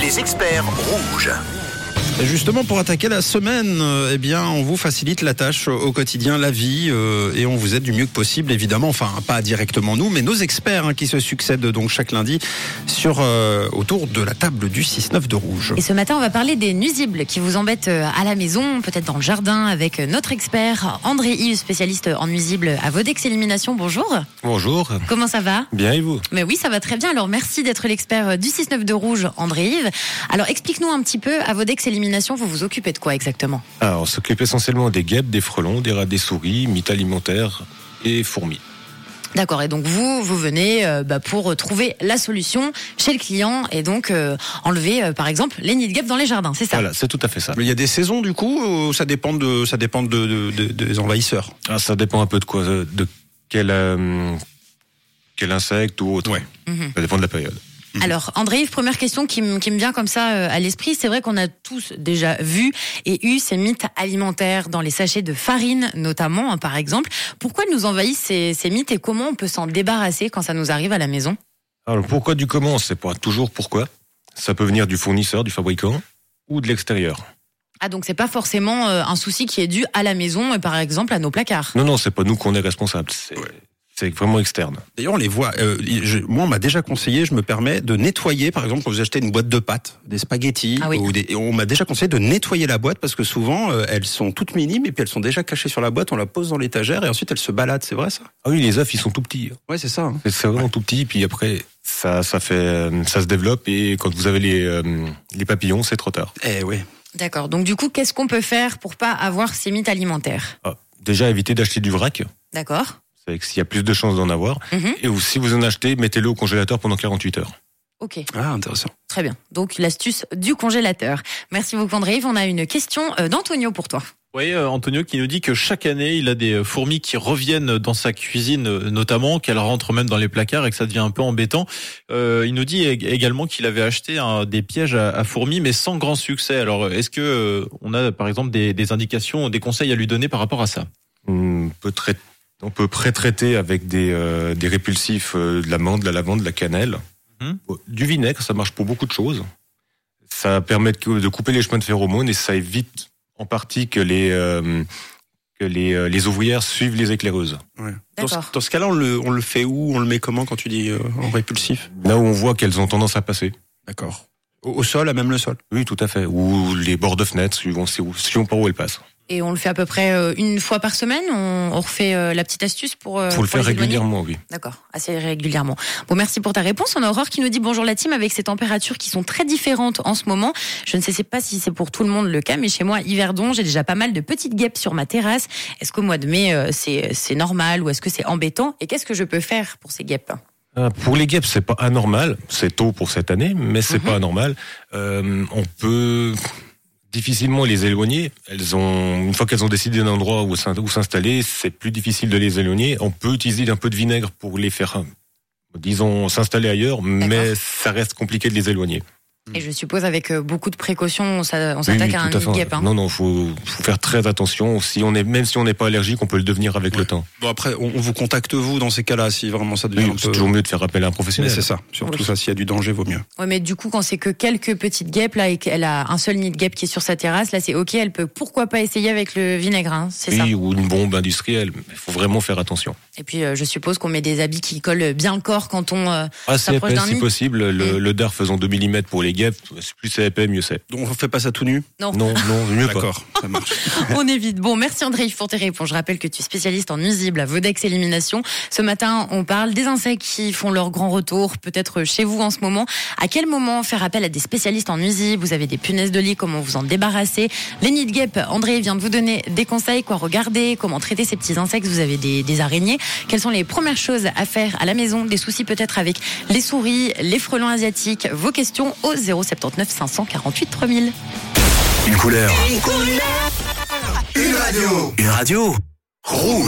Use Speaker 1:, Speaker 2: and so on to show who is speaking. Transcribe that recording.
Speaker 1: les experts rouges.
Speaker 2: Et Justement, pour attaquer la semaine, euh, eh bien, on vous facilite la tâche au quotidien, la vie, euh, et on vous aide du mieux que possible, évidemment. Enfin, pas directement nous, mais nos experts hein, qui se succèdent donc chaque lundi sur euh, autour de la table du 6-9 de rouge.
Speaker 3: Et ce matin, on va parler des nuisibles qui vous embêtent euh, à la maison, peut-être dans le jardin, avec notre expert André Yves, spécialiste en nuisibles à Vodex Élimination. Bonjour.
Speaker 4: Bonjour.
Speaker 3: Comment ça va
Speaker 4: Bien et vous
Speaker 3: Mais oui, ça va très bien. Alors merci d'être l'expert euh, du 6-9 de rouge, André Yves. Alors explique-nous un petit peu, à Vodex Élimination, vous vous occupez de quoi exactement
Speaker 4: Alors, on s'occupe essentiellement des guêpes, des frelons, des rats, des souris, mites alimentaires et fourmis.
Speaker 3: D'accord, et donc vous, vous venez euh, bah, pour trouver la solution chez le client et donc euh, enlever, euh, par exemple, les nids de guêpes dans les jardins, c'est ça
Speaker 4: Voilà, c'est tout à fait ça.
Speaker 2: Mais il y a des saisons du coup, ou ça dépend de, ça dépend de, de- de- des envahisseurs.
Speaker 4: Ah, ça dépend un peu de quoi, euh, de quel, euh, quel insecte ou autre.
Speaker 2: Ouais.
Speaker 3: Mhm.
Speaker 4: Ça dépend de la période.
Speaker 3: Alors, André, Yves, première question qui, me- qui me vient comme ça euh, à l'esprit. C'est vrai qu'on a tous déjà vu et eu ces mythes alimentaires dans les sachets de farine, notamment, hein, par exemple. Pourquoi nous envahissent ces, ces mythes et comment on peut s'en débarrasser quand ça nous arrive à la maison
Speaker 4: Alors, le pourquoi du comment, c'est pas toujours pourquoi. Ça peut venir du fournisseur, du fabricant ou de l'extérieur.
Speaker 3: Ah, donc c'est pas forcément euh, un souci qui est dû à la maison et par exemple à nos placards.
Speaker 4: Non, non, c'est pas nous qu'on est responsable. C'est c'est vraiment externe.
Speaker 2: D'ailleurs, on les voit. euh, je- moi, on m'a déjà conseillé, je me permets, de nettoyer, par exemple, quand vous achetez une boîte de pâtes, des spaghettis,
Speaker 3: Ah oui.
Speaker 2: ou des- et on m'a déjà conseillé de nettoyer la boîte parce que souvent, euh, elles sont toutes minimes et puis elles sont déjà cachées sur la boîte. On la pose dans l'étagère et ensuite elles se baladent. C'est vrai ça
Speaker 4: Ah oui, les œufs, ils sont tout petits.
Speaker 2: Ouais, c'est ça. hein.
Speaker 4: C'est- C'est vraiment tout petit, puis après, ça, ça, fait, euh, ça se développe, et quand vous avez les, euh, les papillons, c'est trop tard.
Speaker 2: Eh oui.
Speaker 3: D'accord. Donc du coup, qu'est-ce qu'on peut faire pour pas avoir ces mythes alimentaires
Speaker 4: Ah, déjà, évitez d'acheter du vrac,
Speaker 3: D'accord.
Speaker 4: c'est que s'il y a plus de chances d'en avoir.
Speaker 3: Mhm.
Speaker 4: Et ou- si vous en achetez, mettez-le au congélateur pendant 48 heures.
Speaker 3: Ok.
Speaker 2: Ah, intéressant.
Speaker 3: Très bien. Donc l'astuce du congélateur. Merci beaucoup, André. Yves. On a une question euh, d'Antonio pour toi.
Speaker 5: Oui, euh, Antonio qui nous dit que chaque année, il a des fourmis qui reviennent dans sa cuisine, euh, notamment, qu'elles rentrent même dans les placards et que ça devient un peu embêtant. Euh, il nous dit ég- également qu'il avait acheté hein, des pièges à, à fourmis, mais sans grand succès. Alors, est-ce que euh, on a, par exemple, des, des indications, des conseils à lui donner par rapport à ça
Speaker 4: On peut, trai- on peut pré-traiter avec des, euh, des répulsifs, euh, de l'amande, de la lavande, de la cannelle.
Speaker 5: Mhm.
Speaker 4: Euh, Du vinaigre, ça marche pour beaucoup de choses. Ça permet de cou- de couper les chemins de phéromones et ça évite en partie que les, euh, que les, euh, les ouvrières suivent les éclaireuses.
Speaker 2: Dans ce,
Speaker 3: D'accord.
Speaker 2: dans ce cas-là, on le, on le fait où On le met comment quand tu dis euh, en répulsif
Speaker 4: Là où on voit qu'elles ont tendance à passer.
Speaker 2: D'accord. Au, au sol, à même le sol.
Speaker 4: Oui, tout à fait. Ou les bords de fenêtres, suivant, c'est où- suivant par où elles passent.
Speaker 3: Et on le fait à peu près euh, une fois par semaine. On, on refait euh, la petite astuce pour. euh,
Speaker 4: Faut le
Speaker 3: pour
Speaker 4: faire
Speaker 3: les éloigner
Speaker 4: régulièrement, oui.
Speaker 3: D'accord, assez régulièrement. Bon, merci pour ta réponse. On a Aurore qui nous dit bonjour la team avec ces températures qui sont très différentes en ce moment. Je ne sais pas si c'est pour tout le monde le cas, mais chez moi, à Yverdon, j'ai déjà pas mal de petites guêpes sur ma terrasse. Est-ce qu'au mois de mai, euh, c'est c'est normal ou est-ce que c'est embêtant Et qu'est-ce que je peux faire pour ces guêpes
Speaker 4: Euh, Pour les guêpes, c'est pas anormal. C'est tôt pour cette année, mais c'est
Speaker 3: Mhm.
Speaker 4: pas anormal. Euh, on peut difficilement les éloigner. Elles ont, une fois qu'elles ont décidé d'un endroit où s'in- où s'installer, c'est plus difficile de les éloigner. On peut utiliser un peu de vinaigre pour les faire, euh, disons, s'installer ailleurs, mais ça reste compliqué de les éloigner.
Speaker 3: Et je suppose avec euh, beaucoup de précautions, on s'a- on
Speaker 4: Oui,
Speaker 3: s'attaque
Speaker 4: oui,
Speaker 3: à un
Speaker 4: tout
Speaker 3: nid de
Speaker 4: fait.
Speaker 3: guêpe. hein.
Speaker 4: Non, non, faut, faut faire très attention. Si on est, même si on n'est pas allergique, on peut le devenir avec le temps.
Speaker 2: Bon, après, on, on vous contacte vous dans ces cas-là si vraiment ça devient
Speaker 4: Oui,
Speaker 2: un
Speaker 4: c'est
Speaker 2: peu-
Speaker 4: toujours mieux de faire appel à un
Speaker 2: Mais
Speaker 4: professionnel.
Speaker 2: c'est ça. Surtout
Speaker 3: Oui.
Speaker 2: ça, s'il y a du danger, vaut mieux.
Speaker 3: Ouais, mais du coup, quand c'est que quelques petites guêpes, là, et qu'elle a un seul nid de guêpe qui est sur sa terrasse, là, c'est OK, elle peut pourquoi pas essayer avec le vinaigre, hein, c'est ça
Speaker 4: Oui, ou une bombe industrielle. Il faut vraiment faire attention.
Speaker 3: Et puis, euh, je suppose qu'on met des habits qui collent bien le corps quand on... euh,
Speaker 4: Assez
Speaker 3: S'approche
Speaker 4: épais,
Speaker 3: d'un
Speaker 4: si
Speaker 3: nid.
Speaker 4: possible. Le,
Speaker 3: Mm.
Speaker 4: le dard faisant 2 mm pour les guêpes, plus c'est épais, mieux c'est.
Speaker 2: Donc on fait pas ça tout nu.
Speaker 3: Non,
Speaker 4: Non, non, mieux pas.
Speaker 2: D'accord, ça marche.
Speaker 3: on évite. Bon, merci André Yves pour tes réponses. Je rappelle que tu es spécialiste en nuisibles à Vodex Élimination. Ce matin, on parle des insectes qui font leur grand retour, peut-être chez vous en ce moment. À quel moment faire appel à des spécialistes en nuisibles Vous avez des punaises de lit, comment vous en débarrasser Les nids de guêpes, André vient de vous donner des conseils, quoi regarder, comment traiter ces petits insectes. Vous avez des, des araignées. Quelles sont les premières choses à faire à la maison Des soucis peut-être avec les souris, les frelons asiatiques Vos questions au 079 548 3000.
Speaker 1: Une couleur. Une couleur. Une radio. Une radio. Rouge.